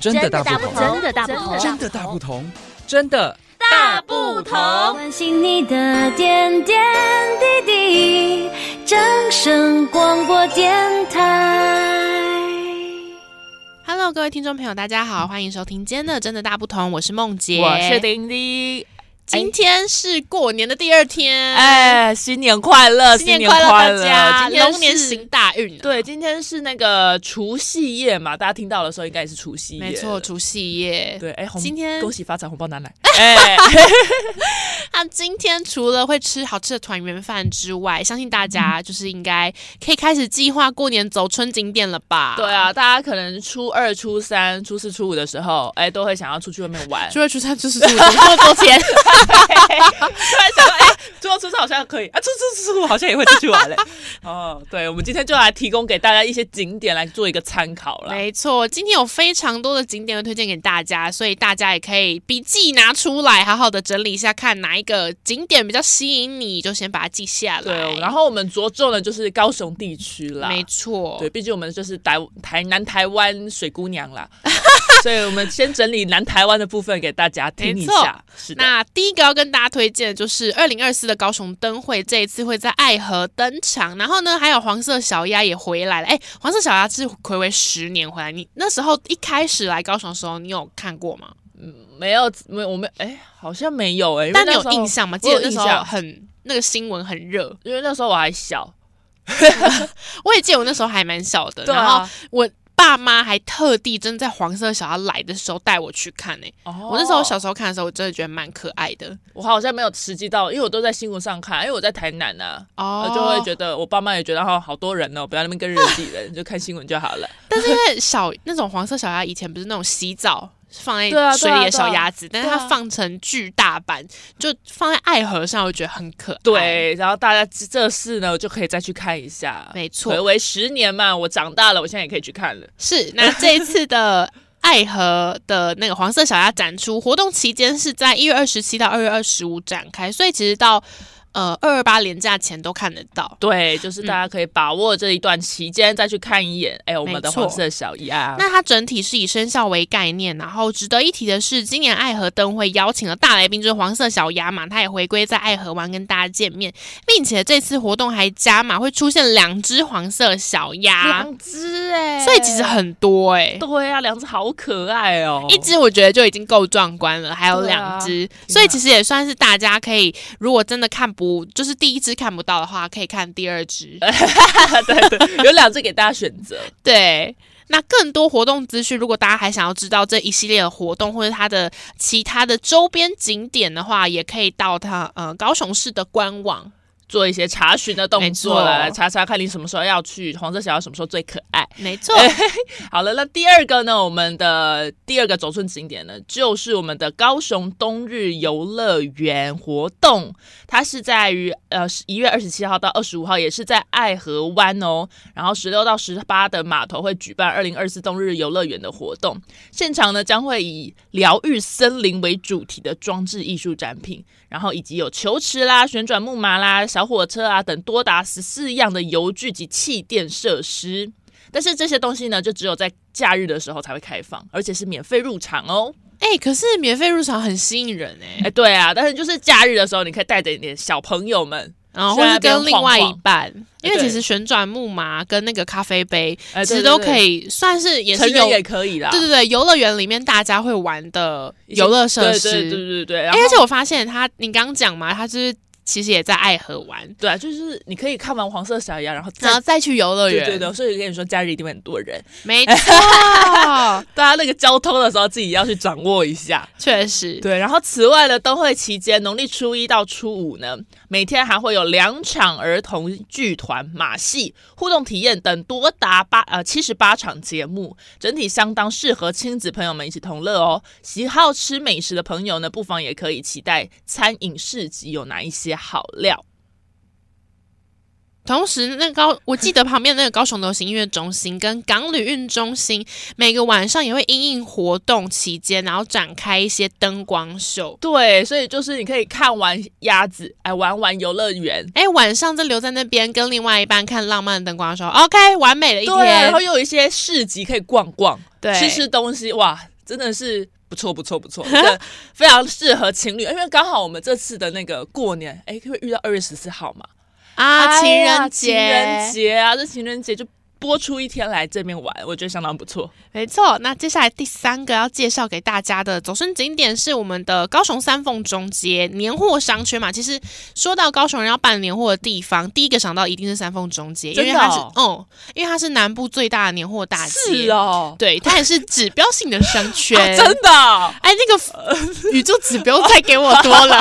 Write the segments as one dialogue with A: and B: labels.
A: 真的大
B: 大
A: 不
B: 不
A: 同，
B: 同，的大不
A: 真
B: 同，
A: 的大不同，真的
B: 大不同。
C: 关心你的点点滴滴，掌声广播电台。
D: Hello，各位听众朋友，大家好，欢迎收听今天的《真的大不同》，我是梦姐，
E: 嗯我是丁丁，
D: 今天是过年的第二天，
E: 哎，新年快乐，
D: 新年
E: 快
D: 快乐大家，
E: 今天
D: 龙年
E: 是
D: 行大运、啊，，
E: 对，今天是那个除夕夜嘛，大家听到的时候应该也是除夕夜，
D: 没错，。除夕夜。
E: 对，哎，红
D: 今天
E: 恭喜发财，红包 拿来。哎，
D: 那今天除了会吃好吃的团圆饭之外，
E: 嗯
D: 相信大家就是应该可以开始计划过年走春景点了吧？
E: 对，啊，大家可能初二、初三、初四、初五的时候，哎，都会想要出去外面 玩。
D: 初二、初三、初四、初五，多多 钱？
E: 突然想到，哎，初二、初三好像可以啊，初四、初五好像也会出去 玩嘞。哦，对，我们今天就来提供给大家一些景点来做一个参考啦。
D: 没错，今天有非常多的景点会推荐给大家，所以大家也可以笔记拿出来，好好的整理一下，看哪一个景点比较吸引你，就先把它记下来。
E: 对，然后我们着重的就是高雄地区啦。
D: 没错，
E: 对，毕竟我们就是台台南台湾水姑娘 啦，所以我们先整理南台湾的部分给大家听一
D: 没错
E: 下。是的，
D: 那第一个要跟大家推荐的就是二零二四的高雄灯会，这一次会在爱河登场。然后呢，还有黄色小鸭也回来了。哎，黄色小鸭是暌违十年回来，你那时候一开始来高雄的时候，你有看过吗？
E: 没有没有我们哎、好像没有哎、因为
D: 但你
E: 那
D: 有
E: 时候
D: 印象吗？记
E: 我
D: 得
E: 有
D: 那
E: 印
D: 时候
E: 象，
D: 很那个新闻很热，
E: 因为那时候我还小，
D: 我也记得我那时候还蛮小的。
E: 对啊
D: 然后我。爸妈还特地真的在黄色小鸭来的时候带我去看呢、
E: 哦
D: 我那时候小时候看的时候，我真的觉得蛮可爱的
E: 我好像没有实际到，因为我都在新闻上看，因为我在台南啊，
D: 哦
E: 我就会觉得我爸妈也觉得哦，好多人哦，不要那边跟人挤人，就看新闻 就好了。
D: 但是因为小那种黄色小鸭以前不是那种洗澡放在
E: 对啊对啊
D: 水里的小鸭子，但
E: 啊
D: 是它放成巨大版，就放在爱河上，我觉得很可爱。，
E: 对，哎然后大家这这事呢，就可以再去看一下。
D: 没错
E: 回为十年嘛，我长大了，我现在也可以去看了。
D: 是那这一次的。爱河的那个黄色小鸭展出活动期间是在一月二十七到二月二十五展开，所以其实到呃二二八连假前都看得到。
E: 对，就是
D: 嗯
E: 大家可以把握这一段期间再去看一眼，哎、我们的
D: 没错
E: 黄色小鸭。
D: 那它整体是以生肖为概念，然后值得一提的是，今年爱河灯会邀请了大来宾，就是黄色小鸭嘛，它也回归在爱河湾跟大家见面，并且这次活动还加码会出现两只黄色小鸭，
E: 两只哎、
D: 所以其实很多哎、
E: 对啊，两只好可爱哦、
D: 一只我觉得就已经够壮观了，还有
E: 对啊
D: 两只，
E: 哪
D: 所以其实也算是大家可以，如果真的看不，就是第一只看不到的话，可以看第二只。
E: 呃有两只给大家选择。
D: 对，那更多活动资讯，如果大家还想要知道这一系列的活动或者它的其他的周边景点的话，也可以到它呃高雄市的官网。
E: 做一些查询的动作
D: 没错
E: 啦，来查查看你什么时候要去，黄色小鸭什么时候最可爱。
D: 没错，
E: 呃好了，那第二个呢，我们的第二个走春景点呢，就是我们的高雄冬日游乐园活动，它是在于呃一月二十七号到二十五号，也是在爱河湾哦，然后十六到十八的码头会举办二零二四冬日游乐园的活动，现场呢将会以疗愈森林为主题的装置艺术展品，然后以及有球池啦、旋转木马啦、小火车啊等多达十四样的游具及气垫设施。但是这些东西呢，就只有在假日的时候才会开放，而且是免费入场哦。
D: 哎、可是免费入场很吸引人哎、
E: 哎，对啊，但是就是假日的时候，你可以带着你的小朋友们，
D: 然后
E: 虽
D: 或
E: 然
D: 是跟另外
E: 边
D: 一
E: 啊晃晃
D: 半，因为
E: 对
D: 其实旋转木马跟那个咖啡杯
E: 哎
D: 其
E: 对
D: 实
E: 对
D: 都
E: 对
D: 可以算是也
E: 成
D: 是有
E: 人也可以啦。
D: 对对对游乐园里面大家会玩的
E: 一些
D: 游乐设
E: 对
D: 施。
E: 对对对对。然
D: 哎
E: 后
D: 而且我发现他，你刚刚讲嘛，他就是其实也在爱河玩，
E: 对啊，就是你可以看完黄色小鸭，然后再
D: 然后再去游乐
E: 对
D: 园。
E: 对对，所以跟你说，假日一定会很多人，
D: 没错，
E: 大家那个交通的时候自己要去掌握一下。
D: 确实。
E: 对，然后此外呢，灯会期间，农历初一到初五呢，每天还会有两场儿童剧团、马戏、互动体验等多达八呃七十八场节目，整体相当适合亲子朋友们一起同乐哦。喜好吃美食的朋友呢，不妨也可以期待餐饮市集有哪一些好料。
D: 同时，那个高我记得旁边那个高雄流行音乐中心跟港旅运中心，每个晚上也会因应活动期间，然后展开一些灯光秀。
E: 对，所以就是你可以看完鸭子，哎，玩玩游乐园。
D: 哎，晚上再留在那边跟另外一半看浪漫的灯光秀，OK，完美的一
E: 对啊，
D: 天
E: 然后。又有一些市集可以逛逛，
D: 对
E: 吃吃东西，哇，真的是不错不错不错，真 的非常适合情侣，因为刚好我们这次的那个过年，哎，会遇到二月十四号嘛，
D: 啊，情
E: 哎呀
D: 人节，
E: 情人节啊，这情人节就播出一天来这边玩，我觉得相当不错。
D: 没错，那接下来第三个要介绍给大家的走春景点是我们的高雄三凤中街年货商圈嘛。其实说到高雄人要办年货的地方，第一个想到一定是三凤中街，因为
E: 真的
D: 它是
E: 哦
D: 嗯，因为它是南部最大的年货大街，
E: 是哦，
D: 对，它也是指标性的商圈，
E: 啊真的哦
D: 哎，那个 宇宙指标再给我多 了。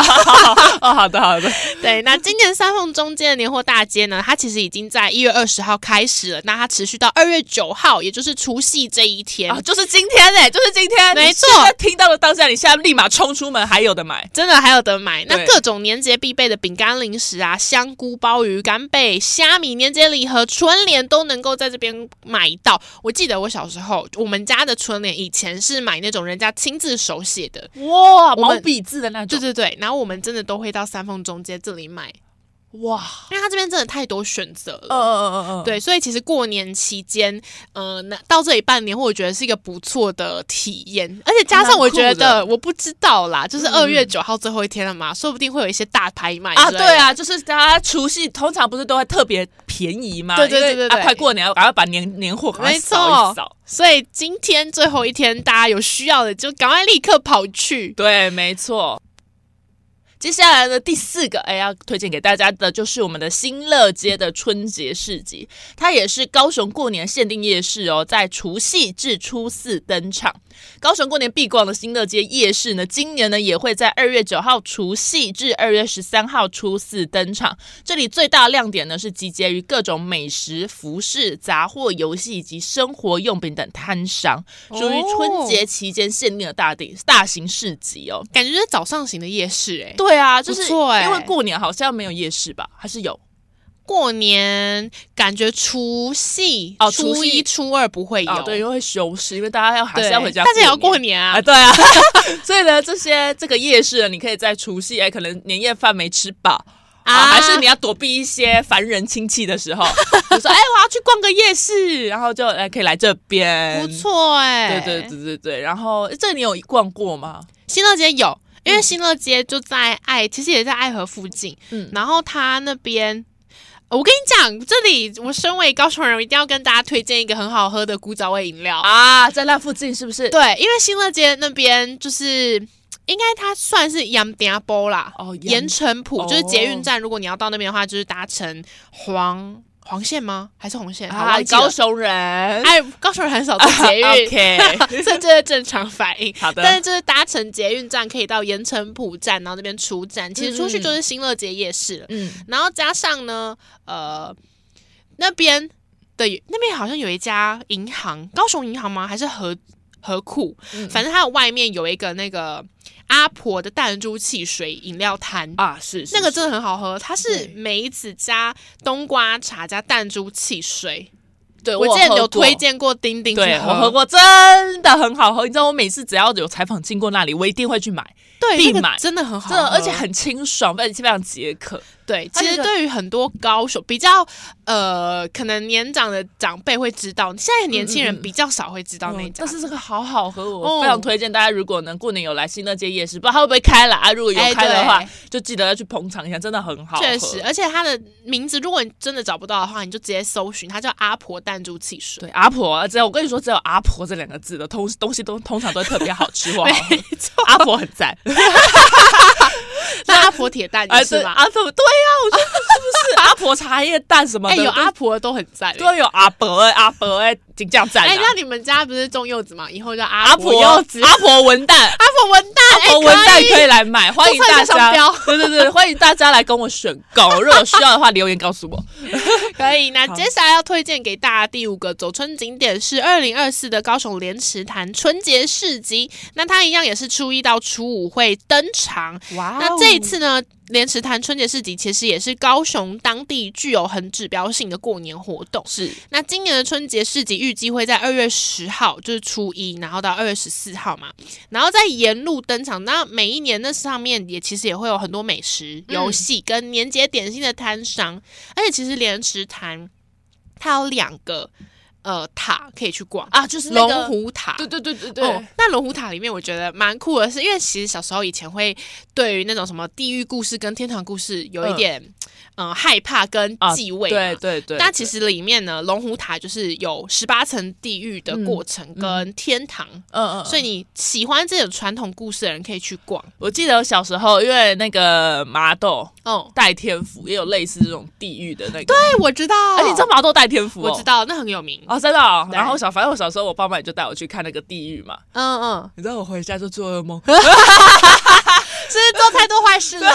E: 哦，好的好的，
D: 对，那今年三凤中街的年货大街呢，它其实已经在一月二十号开始了，那它持续到二月九号，也就是除夕这一天。
E: 啊，就是今天哎，就是今天，
D: 没
E: 你
D: 错
E: 现在听到了当下，你现在立马冲出门，还有的买。
D: 真的还有得买，那
E: 对
D: 各种年节必备的饼干、零食啊，香菇、鲍鱼、干贝、虾米、年节礼盒、春联都能够在这边买到。我记得我小时候，我们家的春联以前是买那种人家亲自手写的，
E: 哇，
D: 我们
E: 毛笔字的那
D: 对对
E: 种，
D: 对，然后我们真的都会到三凤中街这里买，
E: 哇，
D: 因为它这边真的太多选择了。
E: 嗯嗯嗯嗯，
D: 对，所以其实过年期间，呃，那到这里半年，我觉得是一个不错的体验，而且加上我觉
E: 蛮酷的嗯
D: 得我不知道啦，就是二月九号最后一天了嘛，说不定会有一些大拍卖
E: 啊，
D: 之类的
E: 对，啊，就是大家除夕通常不是都会特别便宜吗？
D: 对对对
E: 因为
D: 对对
E: 啊快过年了，赶快把年年货赶快
D: 没
E: 扫
D: 错
E: 一扫。。
D: 所以今天最后一天，大家有需要的就赶快立刻跑去。
E: 对，没错。接下来的第四个，哎，要推荐给大家的就是我们的新乐街的春节市集，它也是高雄过年限定夜市哦，在除夕至初四登场。高雄过年必逛的新乐街夜市呢，今年呢也会在二月九号除夕至二月十三号初四登场。这里最大的亮点呢是集结于各种美食、服饰、杂货、游戏以及生活用品等摊商，属于春节期间限定的大地大型市集哦。
D: 感觉是早上型的夜市、欸，哎，
E: 对啊，就是
D: 不错欸
E: 因为过年好像没有夜市吧？还是有？
D: 过年感觉除夕、
E: 哦除
D: 初
E: 夕
D: 一、初二不会有，
E: 哦，对，因为会休市，因为大家要还
D: 对，
E: 是要回家，
D: 大家也要过
E: 过。
D: 年
E: 啊，
D: 啊，
E: 对 啊，所以呢，这些这个夜市呢，你可以在除夕哎，可能年夜饭没吃饱啊，还是你要躲避一些烦人亲戚的时候，就说哎， 我要去逛个夜市，然后就哎可以来这边，
D: 不。错、欸，
E: 对对对对对，然后这你有逛过吗？
D: 新乐街有，因为新乐街就在爱，其实也在爱河附近。
E: 嗯
D: 然后它那边，呃我跟你讲，这里我身为高雄人，我一定要跟大家推荐一个很好喝的古早味饮料。
E: 啊，在那附近是不是？
D: 对，因为新乐街那边就是。应该它算是盐田波啦，
E: 哦盐
D: 盐城埔就是捷
E: 哦
D: 运站。如果你要到那边的话，就是搭乘黄黄线吗？还是红线？好
E: 啊
D: 忘，记了
E: 高雄人，
D: 哎，高雄人很少坐捷 运，
E: OK
D: 所以这是正常反应。
E: 好的
D: 但是就是搭乘捷运站可以到盐城埔站，然后那边出站，其实出去
E: 嗯
D: 就是新乐街夜市了。
E: 嗯，
D: 然后加上呢，呃，那边的那边好像有一家银行，高雄银行吗？还是河河库？
E: 嗯
D: 反正它的外面有一个那个阿婆的弹珠汽水饮料摊。
E: 啊，是是
D: 那个
E: 是
D: 真的很好喝，它是
E: 对
D: 梅子加冬瓜茶加弹珠汽水，
E: 对
D: 我
E: 有
D: 之前有
E: 喝过
D: 推荐过丁丁去
E: 对
D: 喝，
E: 我喝过，真的很好喝。你知道，我每次只要有采访经过那里，我一定会去买，
D: 对，
E: 必
D: 那个
E: 买
D: 真的很好
E: 真的，
D: 喝
E: 而且很清爽，而且非常解渴。
D: 对。
E: 它
D: 其
E: 那
D: 实
E: 个
D: 对于很多高手比较呃，可能年长的长辈会知道，现在年轻
E: 嗯嗯
D: 人
E: 嗯
D: 比较少会知道那一
E: 嗯
D: 家。
E: 但是这个好好喝，
D: 哦
E: 我非常推荐大家。如果能过年有来新乐街夜市，不知道它会不会开了啊？如果有
D: 哎
E: 开的话
D: 对，
E: 就记得要去捧场一下，真的很好喝。
D: 确实，，而且它的名字，如果你真的找不到的话，你就直接搜寻，它叫阿婆弹珠汽水。
E: 对阿婆，只有我跟你说，只有阿婆这两个字的东东西都通常都会特别好吃 或好喝。阿婆很赞，
D: 那阿婆铁 蛋也
E: 哎，
D: 是
E: 对，
D: 吧？
E: 阿婆，对呀、我觉得是不 是阿婆茶叶蛋什么
D: 哎，
E: 的，
D: 有
E: 都
D: 阿婆都很赞欸。
E: 对，有阿伯哎，阿伯哎，就这样赞啊。
D: 哎，那你们家不是种柚子吗？以后叫
E: 阿
D: 阿
E: 婆
D: 柚子，
E: 阿婆文旦，
D: 阿婆文旦，
E: 阿
D: 哎
E: 婆文
D: 可
E: 旦
D: 以
E: 可以来买，欢迎大
D: 做菜市场
E: 家
D: 标。
E: 对对对，欢迎大家来跟我选购，如果有需要的话，留言告诉我。
D: 可以，那
E: 好
D: 接下来要推荐给大家第五个走春景点是二零二四的高雄莲池潭春节市集。那它一样也是初一到初五会登场。
E: 哇哦
D: 那这一次呢，莲池潭春节市集其实也是高雄当地具有很指标性的过年活动。
E: 是
D: 那今年的春节市集预计会在二月十号，就是初一，然后到二月十四号嘛，然后再沿路登场。那每一年那上面也其实也会有很多美食、
E: 嗯
D: 游戏跟年节点心的摊商，而且其实莲池潭它有两个。呃塔可以去逛，
E: 啊，就是那
D: 龙、
E: 个
D: 湖塔。
E: 对对对对对，
D: 哦，那龙虎塔里面我觉得蛮酷的是，因为其实小时候以前会对于那种什么地狱故事跟天堂故事有一点嗯、呃害怕跟
E: 啊
D: 忌讳嘛、
E: 对对对，
D: 但其实里面呢，龙虎塔就是有十八层地狱的过程跟天堂，
E: 嗯嗯，
D: 所以你喜欢这种传统故事的人可以去逛。
E: 我记得我小时候因为那个麻豆
D: 哦、
E: 戴天府也有类似这种地狱的那个，对，
D: 哎，我知道，
E: 而且你知道麻豆戴天府、
D: 我知。道那很有名。
E: 哦，真的、哦。
D: 对
E: 然后小，反正我小时候，我爸妈也就带我去看那个地狱嘛。
D: 嗯嗯，
E: 你知道我回家就做噩梦，
D: 是不是做太多坏事了？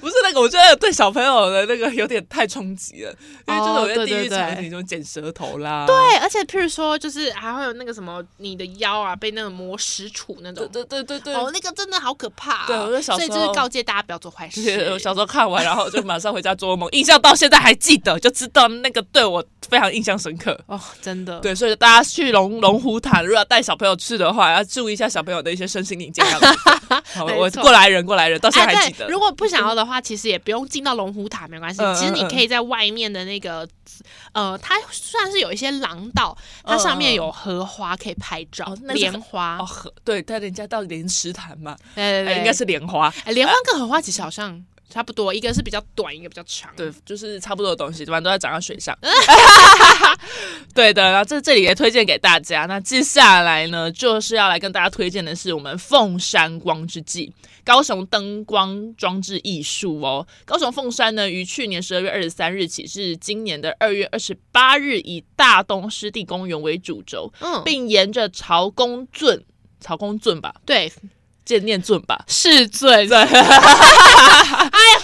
E: 不是那个，我觉得对小朋友的那个有点太冲击了，因为就是
D: 哦
E: 有些
D: 对
E: 地狱
D: 对对
E: 场景中剪舌头啦，
D: 对，而且譬如说，就是还会有那个什么，你的腰啊被那个磨石杵那种。
E: 对对对对
D: 哦，那个真的好可怕、啊。
E: 对我就小时
D: 所
E: 候
D: 以就是告诫大家不要做坏
E: 对，
D: 事。
E: 我小时候看完，然后就马上回家做梦，印象到现在还记得，就知道那个对我非常印象深刻。
D: 哦，真的。
E: 对，所以大家去龙龙虎塔，如果要带小朋友去的话，要注意一下小朋友的一些身心灵健康的部 分。好
D: 没
E: 我
D: 错
E: 过来人，过来人，到现在
D: 哎，
E: 还记
D: 对，
E: 得。
D: 如果不想 要的话，其实也不用进到龙虎塔，没关系。
E: 嗯嗯
D: 其实你可以在外面的那个，呃，它算是有一些廊道，它上面有荷花可以拍照
E: 嗯哦，那是
D: 莲花
E: 哦，，荷对，但人家到莲池潭嘛，
D: 对对
E: 哎
D: 对，
E: 应该是莲花。
D: 哎莲花跟荷花其实好像差不多，一个是比较短，一个比较长。
E: 对，就是差不多的东西，反正都在长到水上。 对的，然后这这里也推荐给大家。那接下来呢，就是要来跟大家推荐的是我们凤山光之祭，高雄灯光装置艺术哦。高雄凤山呢，于去年十二月二十三日起至今年的二月二十八日，以大东湿地公园为主轴，
D: 嗯，
E: 并沿着朝公圳，朝公圳吧，
D: 对，
E: 见念圳吧，
D: 是罪。 哎
E: 对。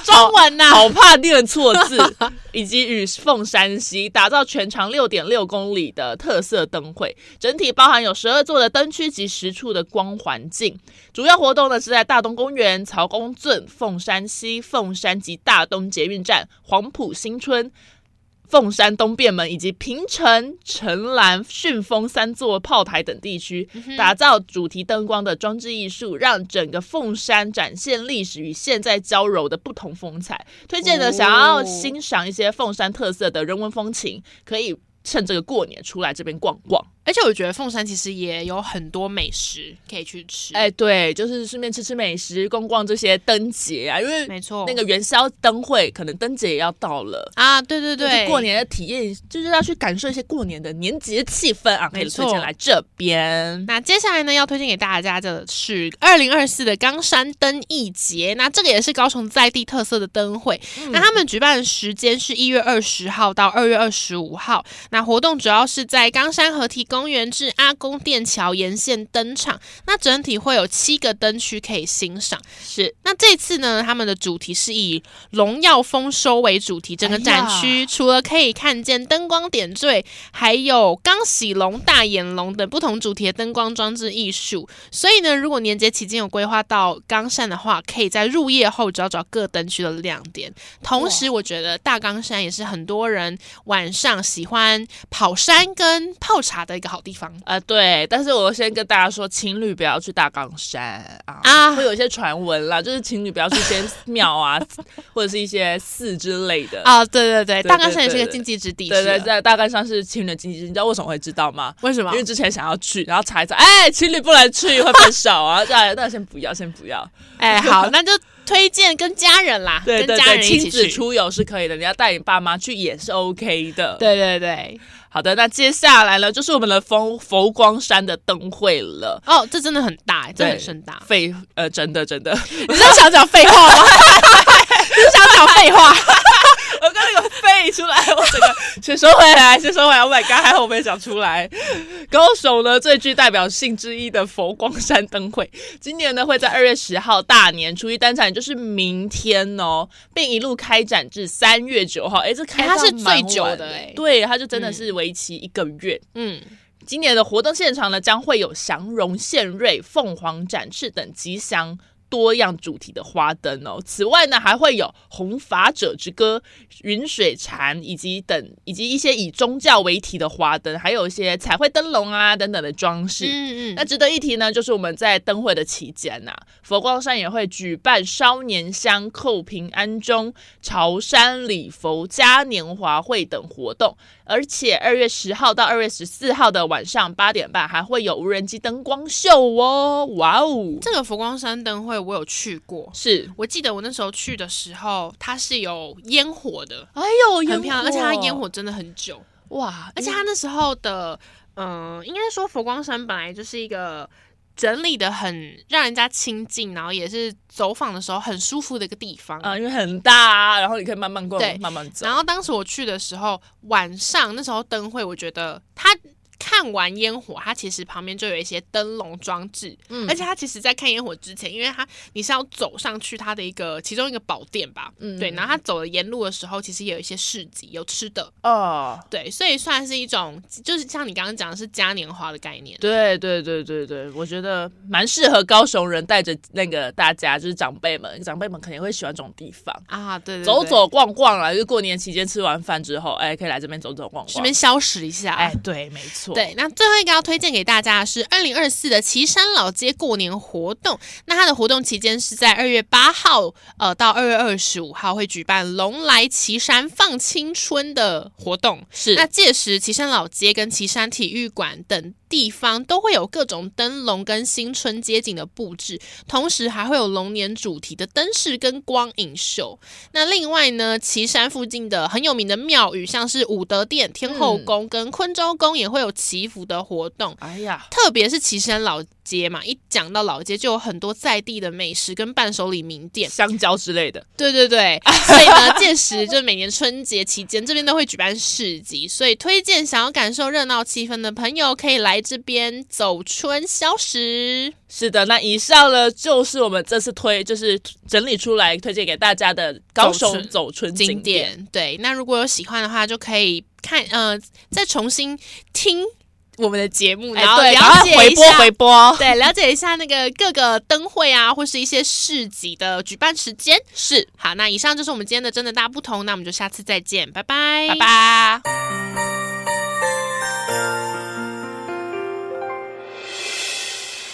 D: 中文呐，
E: 好怕念错字， 以及与凤山西打造全长六点六公里的特色灯会，整体包含有十二座的灯区及十处的光环境。主要活动呢是在大东公园、曹公圳、凤山西、凤山及大东捷运站、黄埔新村。凤山东便门以及平城、城南、顺风三座炮台等地区，打造主题灯光的装置艺术，让整个凤山展现历史与现在交融的不同风采。推荐呢，
D: 哦
E: 想要欣赏一些凤山特色的人文风情，可以趁这个过年出来这边逛逛。
D: 而且我觉得凤山其实也有很多美食可以去吃。
E: 哎，对，就是顺便吃吃美食，逛逛这些灯节啊，因为
D: 没错，
E: 那个元宵灯会可能灯节也要到了。
D: 啊，对对对，
E: 就过年的体验，就是要去感受一些过年的年节气氛啊，可以
D: 没错
E: 推荐来这边。
D: 那接下来呢，要推荐给大家的是二零二四的冈山灯艺节。那这个也是高雄在地特色的灯会。
E: 嗯
D: 那他们举办的时间是一月二十号到二月二十五号。那活动主要是在冈山河堤公园至阿公殿桥沿线登场。那整体会有七个灯区可以欣赏。
E: 是
D: 那这次呢，他们的主题是以荣耀丰收为主题，整个展
E: 哎
D: 区除了可以看见灯光点缀，还有刚喜龙、大眼龙等不同主题的灯光装置艺术。所以呢，如果年节期间有规划到冈山的话，可以在入夜后找找各灯区的亮点。同时，我觉得大冈山也是很多人晚上喜欢跑山跟泡茶的一个好地方
E: 啊、对，但是我先跟大家说，情侣不要去大冈山啊，
D: 啊
E: 会。有一些传闻啦，就是情侣不要去一些 庙啊，或者是一些寺之类的。
D: 啊，对对对，
E: 呃对
D: 大冈山也是
E: 对
D: 个
E: 对
D: 禁忌之地。
E: 对对，
D: 是的，
E: 在大冈山是情侣的禁忌，你知道为什么会知道吗？
D: 为什么
E: 因？为之前想要去，然后查一查，哎，情侣不能去会 分手啊，这样那先不要，先不要。
D: 哎，好，那就推荐跟家人啦，
E: 对对
D: 跟家
E: 对，
D: 人一
E: 亲
D: 起
E: 子
D: 去。
E: 出游是可以的，你要带你爸妈去也是 OK 的。
D: 对对对，
E: 好的，那接下来呢，就是我们的佛佛光山的灯会了。
D: 哦，这真的很大，真
E: 对
D: 的很盛大。
E: 废呃，真的真的，我
D: 你是想讲废话 吗？你是想讲废话？
E: 刚刚有废出来，我整个先收回来，先收回来。Oh my god，还好我没讲出来。高手呢最具代表性之一的佛光山灯会，今年呢会在二月十号大年初一单场，也就是明天哦，并一路开展至三月九号。哎，这开
D: 哎它
E: 到
D: 是
E: 蛮
D: 最久
E: 晚
D: 的
E: 耶
D: 哎
E: 对，它就真的是为期一个月。
D: 嗯，
E: 今年的活动现场呢，将会有祥龙献瑞、凤凰展翅等吉祥。多样主题的花灯哦。此外呢，还会有《弘法者之歌》、云水禅以及等以及一些以宗教为题的花灯，还有一些彩绘灯笼啊等等的装饰。
D: 嗯
E: 那值得一提呢，就是我们在灯会的期间呐、佛光山也会举办烧年香、叩平安钟、潮山礼佛、嘉年华会等活动，而且二月十号到二月十四号的晚上八点半还会有无人机灯光秀哦，哇哦！
D: 这个佛光山灯会我有去过，
E: 是，
D: 我记得我那时候去的时候，它是有烟火的，
E: 哎呦，
D: 很漂亮，而且它烟
E: 火
D: 火真的很久，
E: 哇，
D: 而且
E: 嗯
D: 它那时候的，嗯、应该说佛光山本来就是一个。整理的很让人家亲近，然后也是走访的时候很舒服的一个地方。
E: 啊，因为很大、啊，然后你可以慢慢逛
D: 对，
E: 慢慢走
D: 然。后当时我去的时候，晚上那时候灯会，我觉得它看完烟火，它其实旁边就有一些灯笼装置，
E: 嗯
D: 而且它其实，在看烟火之前，因为它你是要走上去它的一个其中一个宝殿吧，
E: 嗯
D: 对，然后它走的沿路的时候，其实也有一些市集，有吃的，
E: 哦，
D: 对，所以算是一种就是像你刚刚讲的是嘉年华的概念，
E: 对对对对对，我觉得蛮适合高雄人带着那个大家，就是长辈们，长辈们肯定会喜欢这种地方，
D: 啊，对对对，
E: 走走逛逛啦，就是过年期间吃完饭之后，哎，可以来这边走走逛
D: 顺
E: 逛
D: 便。消食一下，
E: 哎，对，没错，
D: 对，那最后一个要推荐给大家的是二零二四的旗山老街过年活动。那它的活动期间是在二月八号呃到二月二十五号会举办龙来旗山放青春的活动。
E: 是
D: 那届时旗山老街跟旗山体育馆等。地方都会有各种灯笼跟新春街景的布置，同时还会有龙年主题的灯饰跟光影秀。那另外呢，岐山附近的很有名的庙宇，像是武德殿、天后宫跟昆州宫，也会有祈福的活动。
E: 哎呀，
D: 特别是岐山老街嘛，一讲到老街，就有很多在地的美食跟伴手礼名店。
E: 香蕉之类的，
D: 对对 对，所以呢，届时就每年春节期间，这边都会举办市集，所以推荐想要感受热闹气氛的朋友，可以来这边走春消食。
E: 是的。那以上呢，就是我们这次推，就是整理出来推荐给大家的高
D: 走
E: 雄
D: 春
E: 走春
D: 经
E: 景点。
D: 典。对，那如果有喜欢的话，就可以看呃，再重新听我们的节目，然后
E: 哎对，
D: 了
E: 赶快
D: 解
E: 回
D: 一
E: 播
D: 下。
E: 回播。
D: 对，了解一下那个各个灯会啊，或是一些市集的举办时间。是，好，那以上就是我们今天的真的大不同，那我们就下次再见，拜拜，
E: 拜。拜。